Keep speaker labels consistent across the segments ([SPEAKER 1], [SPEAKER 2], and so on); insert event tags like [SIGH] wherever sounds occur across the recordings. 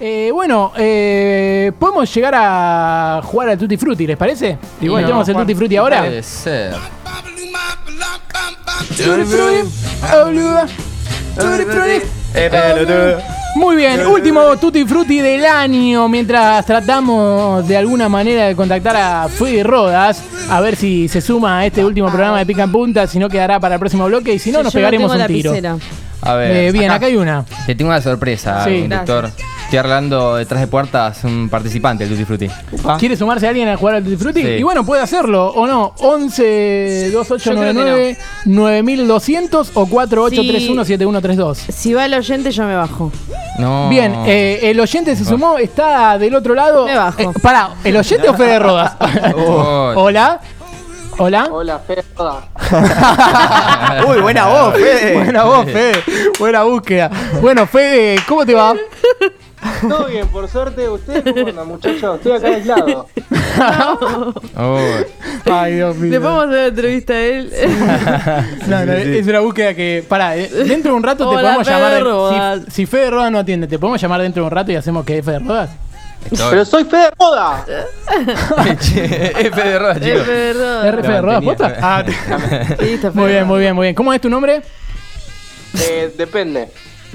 [SPEAKER 1] Eh, bueno, eh, podemos llegar a jugar al Tutti Frutti, ¿les parece? Y
[SPEAKER 2] bueno,
[SPEAKER 1] metemos el
[SPEAKER 2] Juan,
[SPEAKER 1] Tutti Frutti ahora.
[SPEAKER 2] Puede ser.
[SPEAKER 1] Tutti Frutti, ah, boluda. Tutti Frutti.
[SPEAKER 3] Eh,
[SPEAKER 2] Eh,
[SPEAKER 1] Muy bien, último Tutti Frutti del año. Mientras tratamos de alguna manera de contactar a Fede Rodas, a ver si se suma a este último programa de Pica en Punta, si no quedará para el próximo bloque y si no,
[SPEAKER 4] Sí,
[SPEAKER 1] nos
[SPEAKER 4] yo
[SPEAKER 1] pegaremos
[SPEAKER 4] tengo
[SPEAKER 1] un tiro.
[SPEAKER 4] lapicera.
[SPEAKER 2] A ver.
[SPEAKER 1] Eh, bien, acá hay una.
[SPEAKER 2] Te tengo una sorpresa,
[SPEAKER 1] Sí.
[SPEAKER 2] conductor. Estoy hablando detrás de puertas un participante del Tutti Frutti.
[SPEAKER 1] ¿Quiere sumarse alguien a jugar al Tutti Frutti?
[SPEAKER 2] Sí.
[SPEAKER 1] Y bueno, puede hacerlo, ¿o no? 11 2899 9200 o 48317132.
[SPEAKER 4] Si va el oyente, yo me bajo.
[SPEAKER 2] No.
[SPEAKER 1] Bien, eh, el oyente se sumó, está del otro lado.
[SPEAKER 4] Me bajo.
[SPEAKER 1] Eh, pará, ¿el oyente o Fede
[SPEAKER 3] [LAUGHS]
[SPEAKER 1] Rodas?
[SPEAKER 2] Oh.
[SPEAKER 1] Hola. Hola.
[SPEAKER 5] Hola, Ferda.
[SPEAKER 3] [LAUGHS] Uy, buena voz, Fede.
[SPEAKER 1] [LAUGHS] Buena voz, Fede. Buena búsqueda. Bueno, Fede, ¿cómo te va?
[SPEAKER 5] Todo bien, por suerte. ¿Ustedes cómo andan, muchachos? Estoy acá aislado.
[SPEAKER 2] Oh.
[SPEAKER 1] [LAUGHS] Ay, Dios
[SPEAKER 2] [LAUGHS]
[SPEAKER 1] mío.
[SPEAKER 4] Le podemos hacer entrevista a él. [LAUGHS]
[SPEAKER 1] No, no, Es una búsqueda que. Pará, eh, dentro de un rato te
[SPEAKER 4] Hola,
[SPEAKER 1] podemos
[SPEAKER 4] Fede
[SPEAKER 1] llamar.
[SPEAKER 4] Rodas.
[SPEAKER 1] Si, si Fede Rodas no atiende, ¿te podemos llamar dentro de un rato y hacemos que es Fede Rodas?
[SPEAKER 5] Pero
[SPEAKER 2] Estoy...
[SPEAKER 5] soy Fede Roda.
[SPEAKER 2] Che, F de Rodas,
[SPEAKER 4] Es
[SPEAKER 2] chicos.
[SPEAKER 1] ¿Es
[SPEAKER 4] verdad.
[SPEAKER 1] re Fede Rodas, posta?
[SPEAKER 2] mantenía.
[SPEAKER 1] Ah, te-
[SPEAKER 4] Ah. [LAUGHS] Listo,
[SPEAKER 1] muy bien,
[SPEAKER 4] Ferro.
[SPEAKER 1] muy bien, muy bien. ¿Cómo es tu nombre?
[SPEAKER 5] Eh, depende.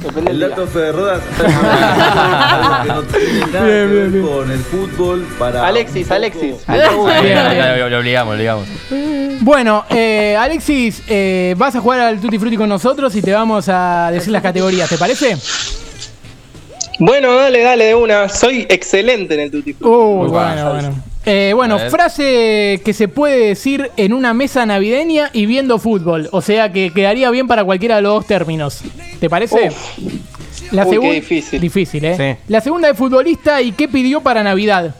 [SPEAKER 5] Depende del día.
[SPEAKER 6] Fede Rodas
[SPEAKER 5] [LAUGHS]
[SPEAKER 6] algo que no tiene nada que ver con el fútbol para
[SPEAKER 5] Alexis, Alexis.
[SPEAKER 1] Bien, bien.
[SPEAKER 2] Lo, lo obligamos, lo obligamos.
[SPEAKER 1] Bueno, eh, Alexis, eh, vas a jugar al Tutti Frutti con nosotros y te vamos a decir las categorías, ¿te parece?
[SPEAKER 5] Bueno, dale, dale de una. Soy excelente en el Tutti Frutti.
[SPEAKER 1] Uh,
[SPEAKER 2] Muy
[SPEAKER 1] bueno,
[SPEAKER 2] bueno.
[SPEAKER 1] bueno. Eh, bueno,
[SPEAKER 2] A ver.
[SPEAKER 1] frase que se puede decir en una mesa navideña y viendo fútbol. O sea que quedaría bien para cualquiera de los dos términos. ¿Te parece? La
[SPEAKER 5] Uy, qué
[SPEAKER 1] segun-
[SPEAKER 5] difícil.
[SPEAKER 1] Difícil, ¿eh?
[SPEAKER 3] Sí.
[SPEAKER 1] La segunda de futbolista y qué pidió para Navidad.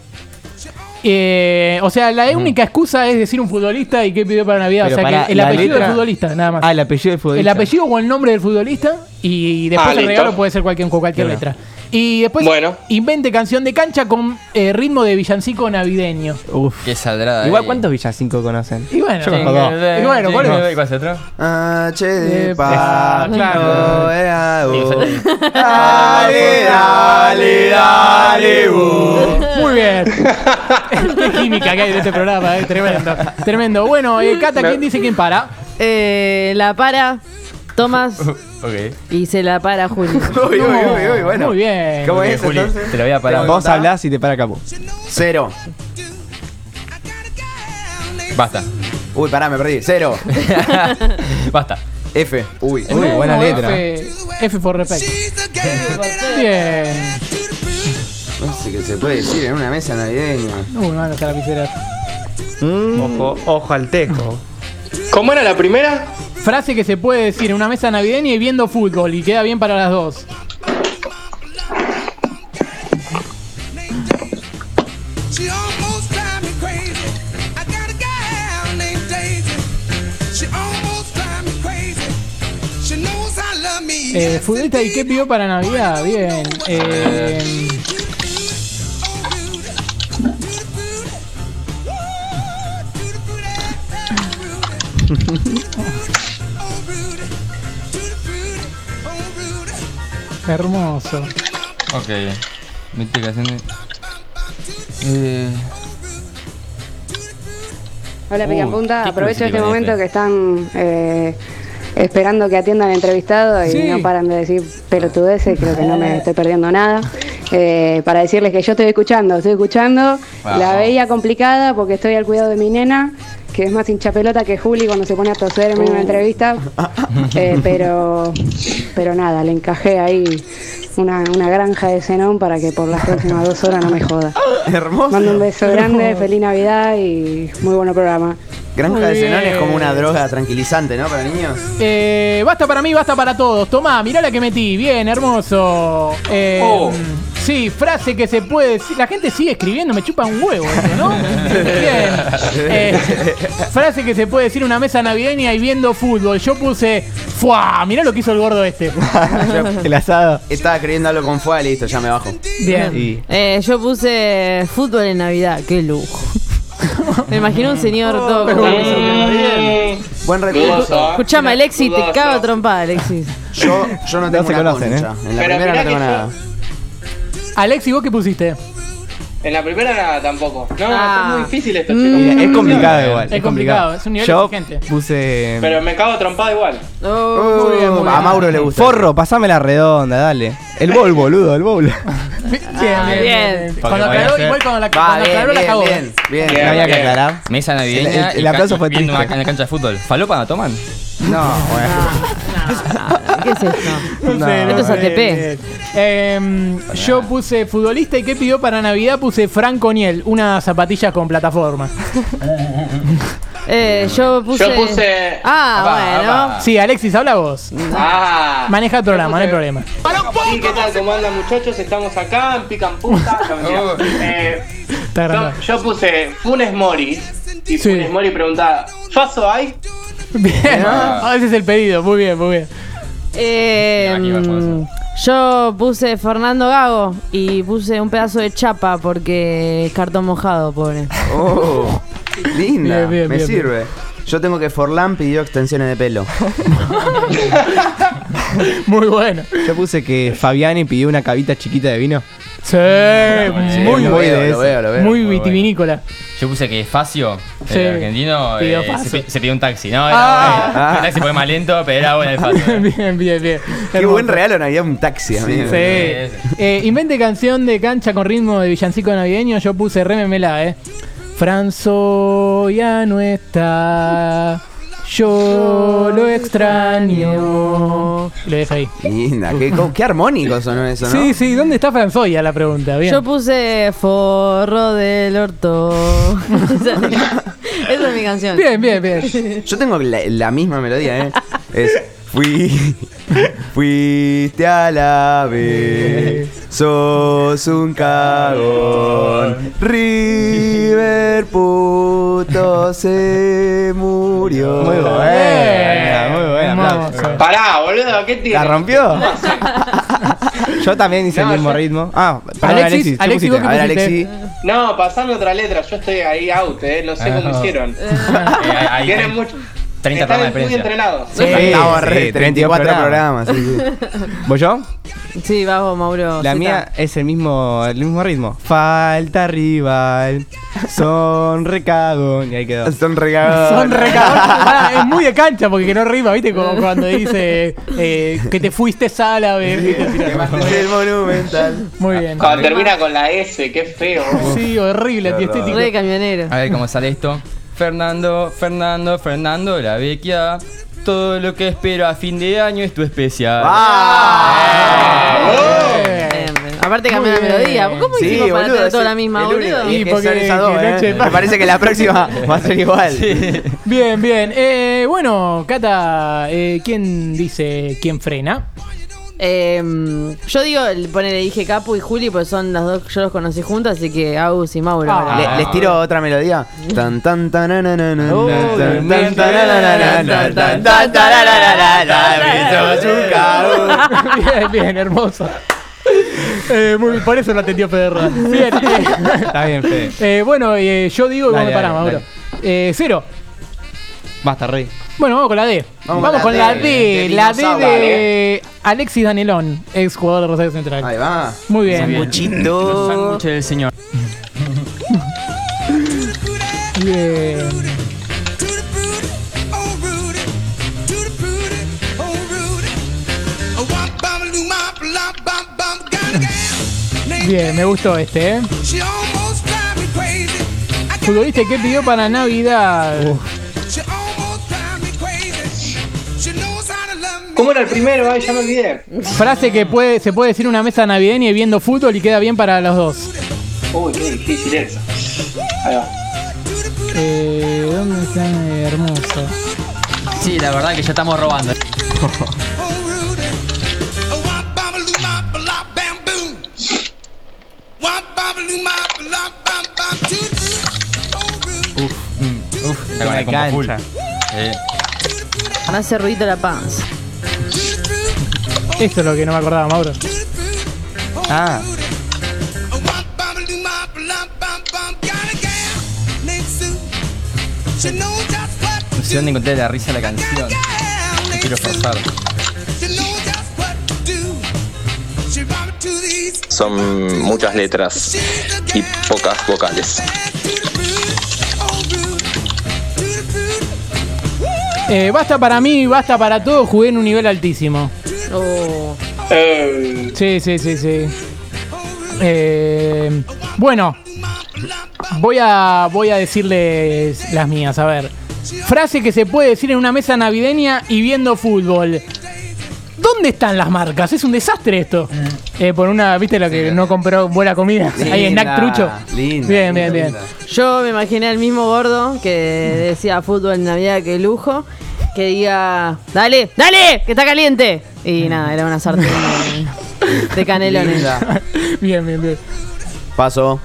[SPEAKER 1] Eh, o sea, la única excusa es decir un futbolista y qué pidió para Navidad.
[SPEAKER 3] Mm. Pero
[SPEAKER 1] o sea,
[SPEAKER 3] pará,
[SPEAKER 1] que el
[SPEAKER 3] la
[SPEAKER 1] apellido
[SPEAKER 3] letra-
[SPEAKER 1] del futbolista, nada más.
[SPEAKER 3] Ah, el apellido del futbolista.
[SPEAKER 1] El apellido o el nombre del futbolista y después
[SPEAKER 5] Ah,
[SPEAKER 1] el
[SPEAKER 5] listo.
[SPEAKER 1] regalo puede ser cualquier, con cualquier
[SPEAKER 3] Bueno.
[SPEAKER 1] letra. Y después
[SPEAKER 5] Bueno.
[SPEAKER 1] invente canción de cancha con eh, ritmo de villancico navideño.
[SPEAKER 3] Uf.
[SPEAKER 2] Qué saldrá.
[SPEAKER 3] Igual, ¿cuántos Villacinco conocen?
[SPEAKER 1] Y bueno,
[SPEAKER 3] Yo me acuerdo.
[SPEAKER 1] Y bueno, por eso-
[SPEAKER 2] ¿cuál es otro?
[SPEAKER 7] Ah,
[SPEAKER 3] H
[SPEAKER 1] Eh, pa- claro.
[SPEAKER 3] Ah, uh. Dale, dale, dale,
[SPEAKER 1] Muy bien. [LAUGHS] Qué química que hay de este programa, eh, tremendo. Tremendo. Bueno, eh, Cata, ¿quién dice quién para?
[SPEAKER 4] Eh, la para Tomás
[SPEAKER 2] Ok.
[SPEAKER 4] y se la para Julio.
[SPEAKER 3] Uy, uy, uy, uy, bueno.
[SPEAKER 1] Muy bien.
[SPEAKER 3] ¿Cómo
[SPEAKER 2] Eh,
[SPEAKER 3] es
[SPEAKER 2] Juli,
[SPEAKER 3] entonces?
[SPEAKER 2] te lo voy a parar.
[SPEAKER 3] Vos hablás y te para capo.
[SPEAKER 7] Cero.
[SPEAKER 2] Basta.
[SPEAKER 7] Uy, pará, me perdí. Cero.
[SPEAKER 3] [LAUGHS]
[SPEAKER 2] Basta. [LAUGHS]
[SPEAKER 7] F. Uy.
[SPEAKER 3] Uy, buena
[SPEAKER 1] F-
[SPEAKER 3] letra.
[SPEAKER 1] F, for respect. Bien.
[SPEAKER 7] No sé qué se puede decir en una mesa navideña. [LAUGHS]
[SPEAKER 1] Uy, me van a dejar la pizzería.
[SPEAKER 8] Ojo, ojo al tejo.
[SPEAKER 5] ¿Cómo era la primera?
[SPEAKER 1] Frase que se puede decir en una mesa navideña y viendo fútbol y queda bien para las dos.
[SPEAKER 9] She almost drive me crazy. I got a gal named Daisy. She almost drive me crazy. She knows I love me.
[SPEAKER 1] Eh, futbolista y qué pidió para Navidad, bien. Eh, hermoso.
[SPEAKER 2] Ok. Mete canción de. Eh.
[SPEAKER 10] Hola,
[SPEAKER 2] Uh,
[SPEAKER 10] Picapunta.
[SPEAKER 2] qué
[SPEAKER 10] Aprovecho este
[SPEAKER 2] crucifijo
[SPEAKER 10] momento
[SPEAKER 2] este.
[SPEAKER 10] que están eh, esperando que atiendan al entrevistado y
[SPEAKER 1] Sí.
[SPEAKER 10] no paran de decir pelotudeces. Creo que no me estoy perdiendo nada. Eh, para decirles que yo estoy escuchando, estoy escuchando.
[SPEAKER 2] Wow.
[SPEAKER 10] La veía complicada porque estoy al cuidado de mi nena, que es más hincha pelota que Juli cuando se pone a toser en medio de una entrevista. Eh, pero, pero nada, le encajé ahí una, una granja de cenón para que por las próximas dos horas no me joda.
[SPEAKER 7] Oh.
[SPEAKER 10] Mando un
[SPEAKER 3] Hermoso.
[SPEAKER 10] beso grande, feliz Navidad y muy buen programa.
[SPEAKER 1] Muy
[SPEAKER 7] Granja de Zenón
[SPEAKER 1] bien.
[SPEAKER 7] es como una droga tranquilizante, ¿no?
[SPEAKER 3] [LAUGHS]
[SPEAKER 7] Para niños.
[SPEAKER 1] Eh, basta para mí, basta para todos. Tomá, mirá la que metí. Bien, hermoso. Eh,
[SPEAKER 5] Oh.
[SPEAKER 1] Sí, frase que se puede decir. La gente sigue escribiendo, me chupa un huevo, esto, ¿no? Bien. Eh, frase que se puede decir en una mesa navideña y viendo fútbol. Yo puse. ¡Fua! Mirá lo que hizo el gordo este.
[SPEAKER 3] El asado.
[SPEAKER 7] Estaba creyendo algo con fuego, listo, ya me bajo.
[SPEAKER 1] Bien.
[SPEAKER 3] Y
[SPEAKER 4] Eh, yo puse fútbol en Navidad, qué lujo. Me imagino un señor todo con
[SPEAKER 7] Buen recurso.
[SPEAKER 4] Escuchame, Alexis, te cago a trompada, Alexis.
[SPEAKER 7] Yo, yo no tengo
[SPEAKER 3] se
[SPEAKER 7] una
[SPEAKER 3] conocen, ¿eh?
[SPEAKER 7] concha. En la
[SPEAKER 5] Pero
[SPEAKER 7] primera
[SPEAKER 5] mirá
[SPEAKER 7] no tengo
[SPEAKER 5] que
[SPEAKER 7] nada.
[SPEAKER 1] Alexi, ¿vos qué pusiste?
[SPEAKER 5] En la primera nada tampoco. No,
[SPEAKER 4] Ah.
[SPEAKER 5] es muy difícil esto,
[SPEAKER 3] Mira,
[SPEAKER 5] chicos.
[SPEAKER 3] es complicado igual.
[SPEAKER 1] Es complicado, es un nivel
[SPEAKER 3] Yo
[SPEAKER 1] exigente.
[SPEAKER 3] puse.
[SPEAKER 5] Pero me cago trompada igual.
[SPEAKER 4] Oh,
[SPEAKER 1] muy bien, muy
[SPEAKER 3] a
[SPEAKER 1] bien.
[SPEAKER 3] Mauro le gusta. Forro, pasame la redonda, dale. El bowl, boludo, el bowl.
[SPEAKER 4] Ah, bien.
[SPEAKER 1] Cuando
[SPEAKER 2] Porque
[SPEAKER 1] aclaró,
[SPEAKER 2] podía
[SPEAKER 1] igual
[SPEAKER 2] ser.
[SPEAKER 1] cuando la,
[SPEAKER 7] Va,
[SPEAKER 1] cuando
[SPEAKER 7] bien,
[SPEAKER 1] aclaró, la
[SPEAKER 7] bien,
[SPEAKER 1] cagó. [LAUGHS] ¿eh?
[SPEAKER 7] bien, bien.
[SPEAKER 3] No
[SPEAKER 5] Bien.
[SPEAKER 3] había que aclarar.
[SPEAKER 2] Mesa navideña.
[SPEAKER 3] El- el
[SPEAKER 2] y ca-
[SPEAKER 3] aplauso fue
[SPEAKER 2] y viendo
[SPEAKER 3] triste.
[SPEAKER 2] una ca- una cancha de fútbol. ¿Falopa toman?
[SPEAKER 3] No, bueno.
[SPEAKER 4] ¿Qué es esto?
[SPEAKER 3] No.
[SPEAKER 4] Esto es ATP.
[SPEAKER 1] Eh, eh, yo puse futbolista y qué pidió para Navidad puse Franco Niel, unas zapatillas con plataforma.
[SPEAKER 4] Eh, yo puse.
[SPEAKER 5] Yo puse.
[SPEAKER 4] Ah,
[SPEAKER 1] Sí, Alexis, habla vos.
[SPEAKER 5] Ah.
[SPEAKER 1] Maneja el programa, no hay
[SPEAKER 5] Yo puse-
[SPEAKER 1] problema.
[SPEAKER 5] Sí, ¿qué tal? ¿Cómo andan muchachos? Estamos acá en Pican [LAUGHS] Puta. No, mentira. Eh,
[SPEAKER 1] Está
[SPEAKER 5] yo,
[SPEAKER 1] grabando.
[SPEAKER 5] yo puse Funes Mori. Y
[SPEAKER 1] Sí.
[SPEAKER 5] Funes Mori preguntaba, ¿Faso hay?
[SPEAKER 1] Bien, Ah, ese es el pedido, muy bien, muy bien.
[SPEAKER 4] bueno. Eh,
[SPEAKER 2] Aquí va,
[SPEAKER 4] mm, yo puse Fernando Gago y puse un pedazo de chapa porque cartón mojado, pobre.
[SPEAKER 7] Oh, linda,
[SPEAKER 1] Bien, bien,
[SPEAKER 7] me
[SPEAKER 1] bien,
[SPEAKER 7] sirve. Yo tengo que Forlán pidió extensiones de pelo.
[SPEAKER 1] Muy bueno.
[SPEAKER 3] Yo puse que Fabiani pidió una cavita chiquita de vino.
[SPEAKER 1] Sí,
[SPEAKER 2] Sí,
[SPEAKER 1] muy
[SPEAKER 7] lo
[SPEAKER 3] bueno.
[SPEAKER 1] muy,
[SPEAKER 7] veo,
[SPEAKER 3] de
[SPEAKER 7] lo
[SPEAKER 3] ese.
[SPEAKER 7] veo, lo veo.
[SPEAKER 1] muy
[SPEAKER 2] bueno.
[SPEAKER 1] vitivinícola. [LAUGHS]
[SPEAKER 2] Yo puse que Facio,
[SPEAKER 1] Sí.
[SPEAKER 2] el argentino,
[SPEAKER 1] Pidió
[SPEAKER 2] eh,
[SPEAKER 1] Facio.
[SPEAKER 2] se, pi- se pidió un taxi. No, era
[SPEAKER 1] Ah.
[SPEAKER 2] bueno. El taxi fue más lento, pero era bueno el
[SPEAKER 1] [LAUGHS]
[SPEAKER 2] Facio. Eh,
[SPEAKER 1] bien, bien, bien.
[SPEAKER 7] Qué buen regalo no había un taxi, amigo.
[SPEAKER 1] Sí. Eh, invente canción de cancha con ritmo de villancico navideño. Yo puse rememela, eh. Franzo ya no está. Yo lo extraño. Y Lo dejo ahí.
[SPEAKER 7] Linda, qué, co- qué armónico sonó eso, ¿no?
[SPEAKER 1] Sí, sí, ¿dónde está Franzoya? La pregunta. Bien.
[SPEAKER 4] Yo puse forro del orto. [LAUGHS] Esa esa es mi canción.
[SPEAKER 1] bien, bien,
[SPEAKER 4] [LAUGHS]
[SPEAKER 1] bien.
[SPEAKER 7] Yo tengo la, la misma melodía, ¿eh? Es. Fui. Fuiste a la vez. Sos un cagón. River puto se murió.
[SPEAKER 3] Muy buena, muy buena.
[SPEAKER 1] Hermoso.
[SPEAKER 3] aplausos.
[SPEAKER 5] Pará, boludo, ¿qué tiene?
[SPEAKER 3] ¿La rompió? Yo también hice
[SPEAKER 5] No,
[SPEAKER 3] el mismo
[SPEAKER 5] yo-
[SPEAKER 3] ritmo. Ah, perdón,
[SPEAKER 1] Alexis,
[SPEAKER 3] Alexis. ¿qué
[SPEAKER 1] Alexis,
[SPEAKER 3] pusiste?
[SPEAKER 1] vos
[SPEAKER 7] A
[SPEAKER 1] qué
[SPEAKER 7] ver, Alexi.
[SPEAKER 5] No, pasame otra letra, yo estoy ahí out, eh. No sé
[SPEAKER 3] Ah.
[SPEAKER 5] cómo
[SPEAKER 2] [LAUGHS]
[SPEAKER 5] hicieron.
[SPEAKER 2] Eh, ahí-
[SPEAKER 5] Tienen
[SPEAKER 2] ahí-
[SPEAKER 5] mucho.
[SPEAKER 2] 30
[SPEAKER 5] Están
[SPEAKER 2] ramas de
[SPEAKER 5] muy
[SPEAKER 2] experiencia.
[SPEAKER 5] entrenados.
[SPEAKER 3] Sí,
[SPEAKER 7] Estamos
[SPEAKER 3] sí,
[SPEAKER 7] re
[SPEAKER 3] 32
[SPEAKER 7] 34 programas. sí, sí.
[SPEAKER 3] ¿Voy yo?
[SPEAKER 4] Sí, bajo, Mauro.
[SPEAKER 3] La
[SPEAKER 4] Zeta.
[SPEAKER 3] mía es el mismo, el mismo ritmo. Falta rival. Son recagón. Y ahí quedó.
[SPEAKER 7] Son regados.
[SPEAKER 1] Son recados. Ah, es muy de cancha porque que no rima, ¿viste? Como cuando dice eh, que te fuiste sala,
[SPEAKER 7] Es el [LAUGHS] monumental.
[SPEAKER 1] Muy bien.
[SPEAKER 5] Cuando termina con la S, qué feo.
[SPEAKER 1] Sí, horrible, antiestético.
[SPEAKER 4] Re de camionero.
[SPEAKER 2] A ver cómo sale esto. Fernando, Fernando, Fernando, la vecchia. Todo lo que espero a fin de año es tu especial.
[SPEAKER 7] Ah.
[SPEAKER 2] [LAUGHS]
[SPEAKER 4] Eh, aparte cambió la
[SPEAKER 1] bien.
[SPEAKER 4] melodía. ¿Cómo
[SPEAKER 7] Sí,
[SPEAKER 4] hicimos para
[SPEAKER 7] boludo,
[SPEAKER 4] tener toda
[SPEAKER 7] es
[SPEAKER 4] la misma,
[SPEAKER 7] el único.
[SPEAKER 4] boludo?
[SPEAKER 1] Y
[SPEAKER 7] Es que
[SPEAKER 1] porque
[SPEAKER 7] son esas dos,
[SPEAKER 1] que
[SPEAKER 7] ¿eh?
[SPEAKER 1] noche-
[SPEAKER 7] Me parece que la próxima [LAUGHS] va a ser igual.
[SPEAKER 1] Bien, bien. Eh, bueno, Cata, eh, ¿quién dice quién [LAUGHS] frena?
[SPEAKER 4] Eh, yo digo, el- ponele, dije Capu y Juli, pues son las dos que yo los conocí juntas, así que Agus y Mauro.
[SPEAKER 1] Ah.
[SPEAKER 4] ahora.
[SPEAKER 7] Le- les tiro otra melodía. Tan tan tan tan tan tan
[SPEAKER 3] Oh,
[SPEAKER 7] tan
[SPEAKER 3] bien,
[SPEAKER 7] tan tan tan, tan, tan, tan, tan, tan, tan, sos un cagón.
[SPEAKER 1] bien, bien, hermoso. Eh, muy, por eso lo atendió Federer. Bien. eh,
[SPEAKER 3] Está bien, Fede.
[SPEAKER 1] eh, bueno, eh, yo digo,
[SPEAKER 3] Dale,
[SPEAKER 1] ¿dónde paramos,
[SPEAKER 3] dale,
[SPEAKER 1] Mauro? Eh, cero.
[SPEAKER 3] Basta, rey.
[SPEAKER 1] Bueno, vamos con la D. Vamos,
[SPEAKER 7] Vamos
[SPEAKER 1] con la D.
[SPEAKER 7] de
[SPEAKER 1] La D de,
[SPEAKER 7] dinosaurio.
[SPEAKER 1] Alexis Danelón, ex jugador de Rosario Central.
[SPEAKER 7] Ahí va.
[SPEAKER 1] Muy bien.
[SPEAKER 2] Los sándwiches del señor.
[SPEAKER 1] Bien.
[SPEAKER 9] Tutti frutti, oh Rudy. Tutti frutti, oh Rudy. A wop bum a loo mop, lop bum bum, got a gal named
[SPEAKER 1] Bien, me gustó este, ¿eh?
[SPEAKER 9] Jane. She almost drive me crazy. I got
[SPEAKER 1] Futbolista, ¿qué pidió para Navidad?
[SPEAKER 9] She almost drive me crazy. She knows how to love me.
[SPEAKER 5] ¿Cómo era el primero? Ay, ya me olvidé.
[SPEAKER 1] Frase que puede, se puede decir en una mesa navideña y viendo fútbol y queda bien para los dos.
[SPEAKER 5] Uy, qué difícil eso. Ahí va.
[SPEAKER 1] Eh, ¿Dónde está mi hermoso?
[SPEAKER 2] Sí, la verdad que ya estamos robando.
[SPEAKER 9] Oh Rudy. A wop bum a loo mop, a lop bam boom. Wop bum a loo mop, a lop bum bum. Tutti frutti, oh Rudy.
[SPEAKER 2] Está con el combo full. Eh,
[SPEAKER 4] Me hace ruido la panza.
[SPEAKER 9] Tutti frutti,
[SPEAKER 1] Esto es lo que no me acordaba, Mauro.
[SPEAKER 9] tutti frutti, oh
[SPEAKER 3] Ah,
[SPEAKER 9] A wop bum a loo mop, a lop bum bum, got a gal named Sue. She knows just what to
[SPEAKER 2] no sé dónde encontré la risa de la canción.
[SPEAKER 9] Te
[SPEAKER 2] Quiero forzar.
[SPEAKER 9] She knows just what to do. She brought me to the east.
[SPEAKER 11] son muchas letras y pocas vocales.
[SPEAKER 9] oh,
[SPEAKER 1] Eh, basta para mí, basta para todos, jugué en un nivel altísimo. Sí, sí, sí, sí.
[SPEAKER 9] oh,
[SPEAKER 1] Eh, bueno, voy a, voy a decirles las mías, a ver. Frase que se puede decir en una mesa navideña y viendo fútbol. ¿Dónde están las marcas? Es un desastre esto. Eh, por una, ¿viste lo que no compró buena comida? Ahí en Snack Trucho. bien, bien, bien.
[SPEAKER 4] Yo me imaginé al mismo gordo que decía fútbol en Navidad, que lujo, que diga, dale, dale, que está caliente. Y nada, era una sartén
[SPEAKER 7] [LAUGHS]
[SPEAKER 4] de, de canelones.
[SPEAKER 7] Mm. Linda.
[SPEAKER 1] [LAUGHS] Bien, bien, bien.
[SPEAKER 7] Paso.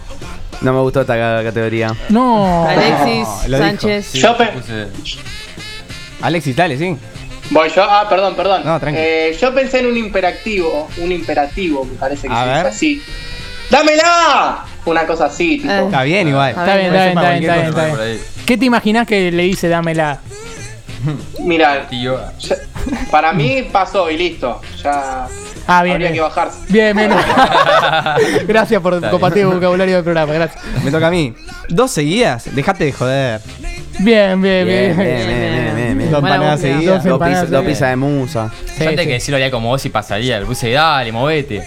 [SPEAKER 7] No me gustó esta ca- categoría.
[SPEAKER 1] No.
[SPEAKER 4] Alexis Sánchez.
[SPEAKER 5] Yo pe-
[SPEAKER 3] Alexis, dale, sí.
[SPEAKER 5] Voy yo, ah, perdón, perdón.
[SPEAKER 3] No, tranqui.
[SPEAKER 5] Eh, yo pensé en un imperativo, un imperativo, me parece que
[SPEAKER 3] A
[SPEAKER 5] se
[SPEAKER 3] ver.
[SPEAKER 5] dice así. ¡Dámela! Una cosa así, tipo.
[SPEAKER 2] Eh.
[SPEAKER 3] Está bien igual.
[SPEAKER 1] Está bien, está bien, está bien, está bien, está bien.
[SPEAKER 5] Por
[SPEAKER 1] ¿Qué te imaginás que le dice dámela?
[SPEAKER 5] Mira, ya- para mí pasó y listo. Ya
[SPEAKER 1] Ah, bien,
[SPEAKER 5] habría
[SPEAKER 1] bien.
[SPEAKER 5] que bajarse.
[SPEAKER 1] Bien, bien.
[SPEAKER 5] [LAUGHS]
[SPEAKER 1] gracias por
[SPEAKER 3] Está bien.
[SPEAKER 1] compartir el vocabulario del programa, gracias.
[SPEAKER 3] Me toca a mí. Dos seguidas, dejate de joder.
[SPEAKER 1] Bien, bien,
[SPEAKER 7] Bien,
[SPEAKER 1] bien.
[SPEAKER 7] bien, bien, bien, bien.
[SPEAKER 3] Dos empanadas seguidas.
[SPEAKER 1] Dos
[SPEAKER 7] Dos pizza-
[SPEAKER 1] empanadas
[SPEAKER 7] dos
[SPEAKER 1] seguidas.
[SPEAKER 7] pizzas de musa.
[SPEAKER 2] Yo antes que decirlo haría como vos y pasaría, el puse, dale, movete.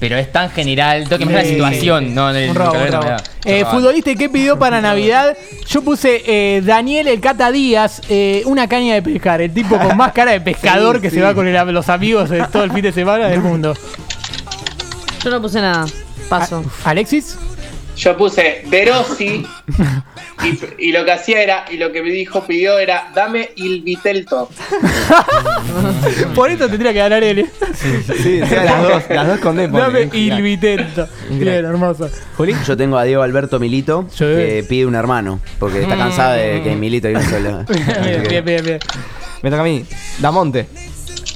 [SPEAKER 2] Pero es tan general, tengo que mirar la
[SPEAKER 1] Sí, sí.
[SPEAKER 2] situación. No, no,
[SPEAKER 1] Un
[SPEAKER 2] el
[SPEAKER 1] robo, un
[SPEAKER 2] calor no
[SPEAKER 1] robo.
[SPEAKER 2] me da.
[SPEAKER 1] Eh,
[SPEAKER 2] Yo, ah,
[SPEAKER 1] futbolista, ¿qué pidió para Navidad? Yo puse eh, Daniel el Cata Díaz, eh, una caña de pescar, el tipo con más cara de pescador
[SPEAKER 4] Sí,
[SPEAKER 1] que
[SPEAKER 4] sí.
[SPEAKER 1] se va con el- los amigos de todo el fin de semana del mundo.
[SPEAKER 4] Yo no puse nada. Paso.
[SPEAKER 7] Ah.
[SPEAKER 1] ¿Alexis?
[SPEAKER 5] Yo puse De Rossi y, y lo que hacía era, y lo que me dijo, pidió era, dame il vitelto.
[SPEAKER 1] Por esto tendría que ganar él.
[SPEAKER 3] [LAUGHS]
[SPEAKER 1] ¿eh?
[SPEAKER 3] Sí, o sea, las dos, las dos con D, ponle.
[SPEAKER 1] Dame
[SPEAKER 3] Un
[SPEAKER 1] il
[SPEAKER 3] crack.
[SPEAKER 1] Vitento.
[SPEAKER 7] Un
[SPEAKER 1] Bien, hermoso.
[SPEAKER 7] Yo tengo a Diego Alberto Milito, que pide un hermano, porque está cansado de que Milito y un solo.
[SPEAKER 1] bien, bien, bien, bien.
[SPEAKER 3] Me toca a mí. Damonte.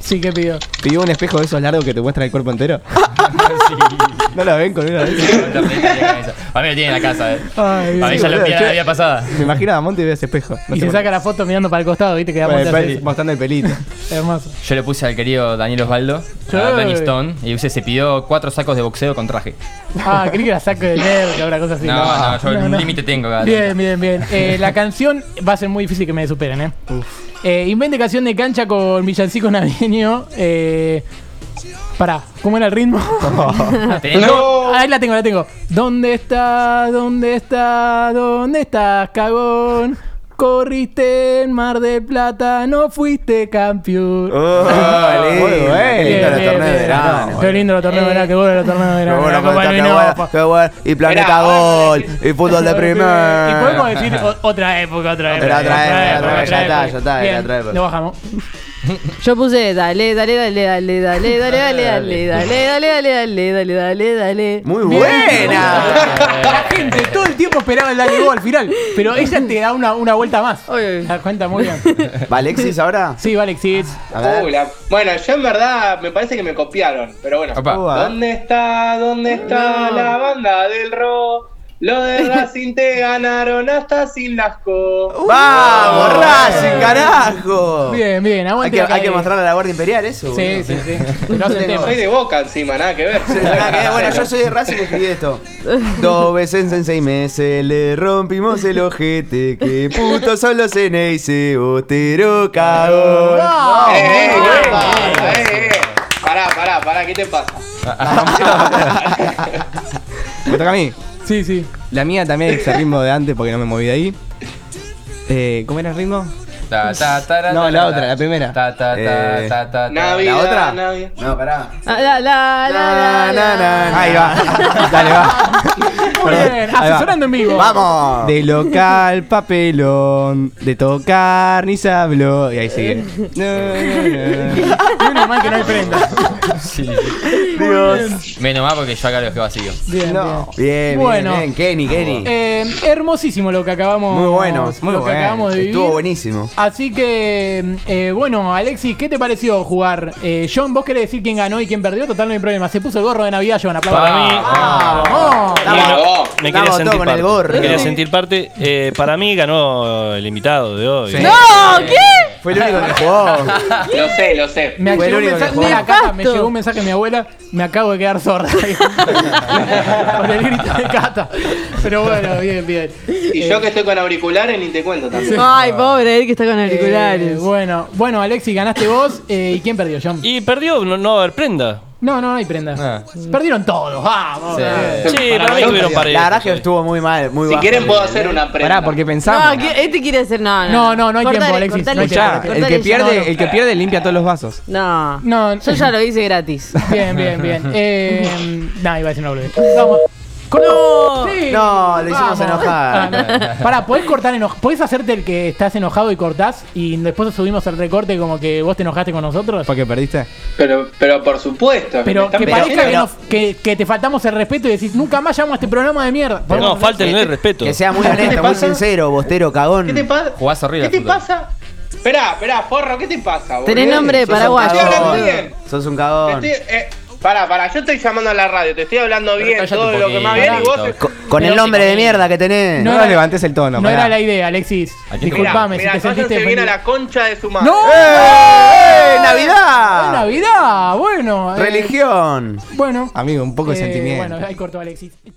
[SPEAKER 1] Sí, ¿qué pidió?
[SPEAKER 3] Pidió un espejo de esos largos que te muestran el cuerpo entero. [LAUGHS] ¿No lo ven con una vez?
[SPEAKER 2] Para mí lo tiene en la casa, eh.
[SPEAKER 1] Ay,
[SPEAKER 2] Para mí
[SPEAKER 1] Dios.
[SPEAKER 2] ya lo
[SPEAKER 3] boludo,
[SPEAKER 2] tiene la
[SPEAKER 3] che.
[SPEAKER 2] vida pasada.
[SPEAKER 3] Me imagino a Damonte y ve ese espejo. No
[SPEAKER 1] Y
[SPEAKER 3] sé
[SPEAKER 1] se
[SPEAKER 3] por
[SPEAKER 1] saca la foto mirando para el costado, ¿viste?
[SPEAKER 3] qué.
[SPEAKER 1] Que da
[SPEAKER 3] Con el
[SPEAKER 1] muchas
[SPEAKER 3] peli-
[SPEAKER 1] veces.
[SPEAKER 3] Mostrando el pelito.
[SPEAKER 1] Hermoso.
[SPEAKER 2] Yo le puse al querido Daniel Osvaldo,
[SPEAKER 1] Sí.
[SPEAKER 2] a Danny Stone, y usted se pidió cuatro sacos de boxeo con traje.
[SPEAKER 1] Ah, creí que la saco de nerd, que habrá cosas así.
[SPEAKER 2] no, no, yo
[SPEAKER 1] No,
[SPEAKER 2] un
[SPEAKER 1] no.
[SPEAKER 2] límite tengo, gato.
[SPEAKER 1] Bien, bien, bien. Eh, la canción va a ser muy difícil que me superen, ¿eh? Eh, invente canción de cancha con villancico navideño. Eh, pará, ¿cómo era el ritmo?
[SPEAKER 2] Ah,
[SPEAKER 1] Ah,
[SPEAKER 2] No.
[SPEAKER 1] Ahí la tengo, la tengo. ¿Dónde estás? ¿Dónde estás? ¿Dónde estás, cagón? Corriste en Mar del Plata, no fuiste
[SPEAKER 7] Oh.
[SPEAKER 1] campeón.
[SPEAKER 7] lindo,
[SPEAKER 3] muy bueno.
[SPEAKER 1] Eh,
[SPEAKER 7] qué lindo los torneos de verano.
[SPEAKER 1] Qué lindo los torneos de verano, qué bueno los torneos de
[SPEAKER 7] Qué
[SPEAKER 1] verano.
[SPEAKER 7] bueno,
[SPEAKER 1] la Copa
[SPEAKER 7] qué
[SPEAKER 1] del
[SPEAKER 7] bueno,
[SPEAKER 1] Vinopa.
[SPEAKER 7] qué bueno. Y Planeta Gol, y
[SPEAKER 1] [LAUGHS]
[SPEAKER 7] fútbol de primer.
[SPEAKER 1] Y podemos decir o- otra época, otra época.
[SPEAKER 7] Era otra época, otra época, ya está, ya está,
[SPEAKER 1] Bien,
[SPEAKER 7] era otra época.
[SPEAKER 1] Lo bajamos.
[SPEAKER 4] Yo puse dale, dale, dale, dale, dale, dale, dale, dale, dale, dale, dale, dale, dale, dale.
[SPEAKER 7] Muy
[SPEAKER 1] Bien.
[SPEAKER 7] buena.
[SPEAKER 1] La gente todo el tiempo esperaba el dale gol al final, pero ella te da una, una vuelta más. Te das cuenta muy bien.
[SPEAKER 7] ¿Va Alexis ahora?
[SPEAKER 1] Sí, va Alexis.
[SPEAKER 7] A ver.
[SPEAKER 5] Uh, la- Bueno, yo en verdad me parece que me copiaron, pero bueno.
[SPEAKER 2] Opa.
[SPEAKER 7] Uh, a ver.
[SPEAKER 5] ¿Dónde está, dónde está
[SPEAKER 4] No.
[SPEAKER 5] la banda del rock? Lo de Racing te ganaron hasta sin
[SPEAKER 7] Uh.
[SPEAKER 5] lasco.
[SPEAKER 7] ¡Vamos, Racing, carajo!
[SPEAKER 1] Bien, bien,
[SPEAKER 7] Ah. Hay
[SPEAKER 1] aguante.
[SPEAKER 7] que,
[SPEAKER 1] la
[SPEAKER 7] hay que
[SPEAKER 1] calle.
[SPEAKER 7] mostrarle a la Guardia Imperial eso.
[SPEAKER 1] Sí,
[SPEAKER 7] boludo.
[SPEAKER 1] sí,
[SPEAKER 7] [LAUGHS]
[SPEAKER 1] sí. No hacen tema.
[SPEAKER 5] Soy de boca encima, nada que ver. Eh,
[SPEAKER 7] Ah, que, Bueno, yo soy de Racing y escribí esto. Dos veces en seis meses le rompimos el ojete. Que puto son los NIC, botero cagón.
[SPEAKER 5] Eh, eh, ¿qué te pasa? Eh, eh. Pará, pará, pará, ¿qué te pasa?
[SPEAKER 3] [LAUGHS] Me toca a mí.
[SPEAKER 1] Sí, sí.
[SPEAKER 3] La mía también es el ritmo de antes porque no me moví de ahí. Eh, ¿Cómo era el ritmo?
[SPEAKER 2] Ta, ta, ta,
[SPEAKER 3] No,
[SPEAKER 2] ta,
[SPEAKER 3] la
[SPEAKER 2] ta,
[SPEAKER 3] otra, la primera.
[SPEAKER 2] Ta, ta, ta,
[SPEAKER 7] Eh,
[SPEAKER 2] ta, ta, ta.
[SPEAKER 5] Navidad,
[SPEAKER 7] otra?
[SPEAKER 5] Navidad.
[SPEAKER 7] No, pará.
[SPEAKER 4] Ah, La, la, la, la, la.
[SPEAKER 7] Ahí va. Dale, va.
[SPEAKER 1] Muy bien,
[SPEAKER 3] va.
[SPEAKER 1] asesorando en vivo.
[SPEAKER 7] Vamos.
[SPEAKER 3] De local, papelón, de tocar, ni se habló. Y ahí sigue.
[SPEAKER 7] Eh.
[SPEAKER 1] Menos mal que no hay prenda.
[SPEAKER 2] [LAUGHS] Sí, sí. Menos mal porque yo acá lo dejé vacío.
[SPEAKER 1] Bien,
[SPEAKER 3] No.
[SPEAKER 1] bien.
[SPEAKER 7] Bien,
[SPEAKER 1] Bueno.
[SPEAKER 7] bien, bien. Kenny, Kenny.
[SPEAKER 1] Eh, hermosísimo lo que acabamos
[SPEAKER 7] muy bueno, muy
[SPEAKER 1] lo que
[SPEAKER 7] bueno.
[SPEAKER 1] acabamos de vivir.
[SPEAKER 7] Estuvo buenísimo.
[SPEAKER 1] Así que, eh, bueno, Alexis, ¿qué te pareció jugar? Eh, John, vos querés decir quién ganó y quién perdió, total no hay problema. Se puso el gorro de Navidad, John, aplauso para mí. ¡Vamos!
[SPEAKER 5] Bravo.
[SPEAKER 8] Me
[SPEAKER 7] Estamos
[SPEAKER 8] quería
[SPEAKER 7] todos
[SPEAKER 8] sentir
[SPEAKER 7] con
[SPEAKER 8] parte.
[SPEAKER 7] el gorro.
[SPEAKER 8] Me quería sentir parte. Eh, para mí ganó el invitado de hoy.
[SPEAKER 4] No, Oh, ¿qué?
[SPEAKER 7] Fue el
[SPEAKER 12] [LAUGHS]
[SPEAKER 7] único que jugó.
[SPEAKER 5] Lo sé, lo sé.
[SPEAKER 1] Me,
[SPEAKER 7] Fue el
[SPEAKER 1] llegó un
[SPEAKER 7] único que
[SPEAKER 1] mensaje,
[SPEAKER 7] jugó.
[SPEAKER 1] mira, Cata, me llegó un mensaje de mi abuela, me acabo de quedar sorda. [LAUGHS] Con el grito de Cata. Pero bueno, bien, bien.
[SPEAKER 5] Y yo que estoy con auriculares ni te cuento también.
[SPEAKER 4] Ay, pobre Ed que está con
[SPEAKER 1] Eh,
[SPEAKER 4] auriculares.
[SPEAKER 1] bueno, bueno, Alexi, ganaste vos. eh, ¿Y quién perdió, John?
[SPEAKER 12] Y perdió, no, no, a ver, prenda.
[SPEAKER 1] No, no, no hay prenda. Perdieron todos, vamos.
[SPEAKER 12] Sí.
[SPEAKER 1] eh.
[SPEAKER 12] Sí, para mí tuvieron
[SPEAKER 7] La
[SPEAKER 12] pareja.
[SPEAKER 7] verdad que estuvo muy mal, muy
[SPEAKER 5] Si
[SPEAKER 7] bajo.
[SPEAKER 5] quieren puedo hacer una prenda.
[SPEAKER 3] Pará, porque
[SPEAKER 4] No,
[SPEAKER 3] pensamos.
[SPEAKER 4] aquí- este quiere hacer. No, no.
[SPEAKER 1] No, no, no hay
[SPEAKER 4] Cortale,
[SPEAKER 1] tiempo, Alexis,
[SPEAKER 4] cortale
[SPEAKER 1] no hay
[SPEAKER 4] ya,
[SPEAKER 3] Ya,
[SPEAKER 4] cortale
[SPEAKER 3] el que
[SPEAKER 4] ya.
[SPEAKER 3] pierde, el que pierde limpia todos los vasos.
[SPEAKER 4] No,
[SPEAKER 1] no.
[SPEAKER 4] Yo ya lo hice
[SPEAKER 1] [LAUGHS]
[SPEAKER 4] gratis.
[SPEAKER 1] Bien, bien, bien. Eh, nah, iba a decir una boludez. Vamos. Corta- Sí.
[SPEAKER 7] No, lo hicimos
[SPEAKER 1] Vamos.
[SPEAKER 7] enojar.
[SPEAKER 1] Ah, no. Pará, podés cortar eno- podés hacerte el que estás enojado y cortás y después subimos el recorte como que vos te enojaste con nosotros.
[SPEAKER 3] ¿Para qué perdiste?
[SPEAKER 5] Pero, pero por supuesto. me
[SPEAKER 1] Pero
[SPEAKER 5] están
[SPEAKER 1] que
[SPEAKER 5] pidiendo-
[SPEAKER 1] parezca que, nos- que- que te faltamos el respeto y decís, nunca más llamo a este programa de mierda.
[SPEAKER 12] No,
[SPEAKER 1] Podemos-
[SPEAKER 12] falta el respeto.
[SPEAKER 7] Que sea muy
[SPEAKER 5] ¿Qué te
[SPEAKER 7] honesto, muy
[SPEAKER 5] pasa?
[SPEAKER 7] sincero, bostero, cagón.
[SPEAKER 5] ¿Qué te pasa?
[SPEAKER 12] Jugás arriba.
[SPEAKER 5] ¿Qué te
[SPEAKER 12] puto.
[SPEAKER 5] pasa? Esperá, esperá, forro, ¿qué te pasa? boludo?
[SPEAKER 4] Tenés nombre de
[SPEAKER 7] Sos un
[SPEAKER 4] paraguayo.
[SPEAKER 5] Estoy
[SPEAKER 7] cagón.
[SPEAKER 5] hablando bien.
[SPEAKER 7] Sos un
[SPEAKER 5] Te
[SPEAKER 7] cagón.
[SPEAKER 5] estoy, eh, pará, pará, yo estoy llamando a la radio, te estoy hablando bien,
[SPEAKER 12] cállate
[SPEAKER 5] todo
[SPEAKER 12] un
[SPEAKER 5] lo que más bien
[SPEAKER 12] poquito.
[SPEAKER 5] y vos.
[SPEAKER 7] Co- Con el nombre de mierda que tenés.
[SPEAKER 1] No
[SPEAKER 3] No,
[SPEAKER 1] era-
[SPEAKER 3] levantes el tono.
[SPEAKER 1] No
[SPEAKER 3] pará.
[SPEAKER 1] era la idea, Alexis.
[SPEAKER 12] Aquí te-
[SPEAKER 1] Disculpame
[SPEAKER 5] Mirá,
[SPEAKER 1] si te sentiste
[SPEAKER 5] váyanse bien a
[SPEAKER 1] ofendido.
[SPEAKER 5] la concha de su madre.
[SPEAKER 1] ¡No!
[SPEAKER 7] ¡Eh!
[SPEAKER 1] ¡Es
[SPEAKER 7] ¡Navidad!
[SPEAKER 1] Navidad! Bueno. eh,
[SPEAKER 7] Religión.
[SPEAKER 1] Bueno.
[SPEAKER 3] Amigo, un poco de
[SPEAKER 1] eh,
[SPEAKER 3] sentimiento.
[SPEAKER 1] Bueno, ahí cortó Alexis. Che.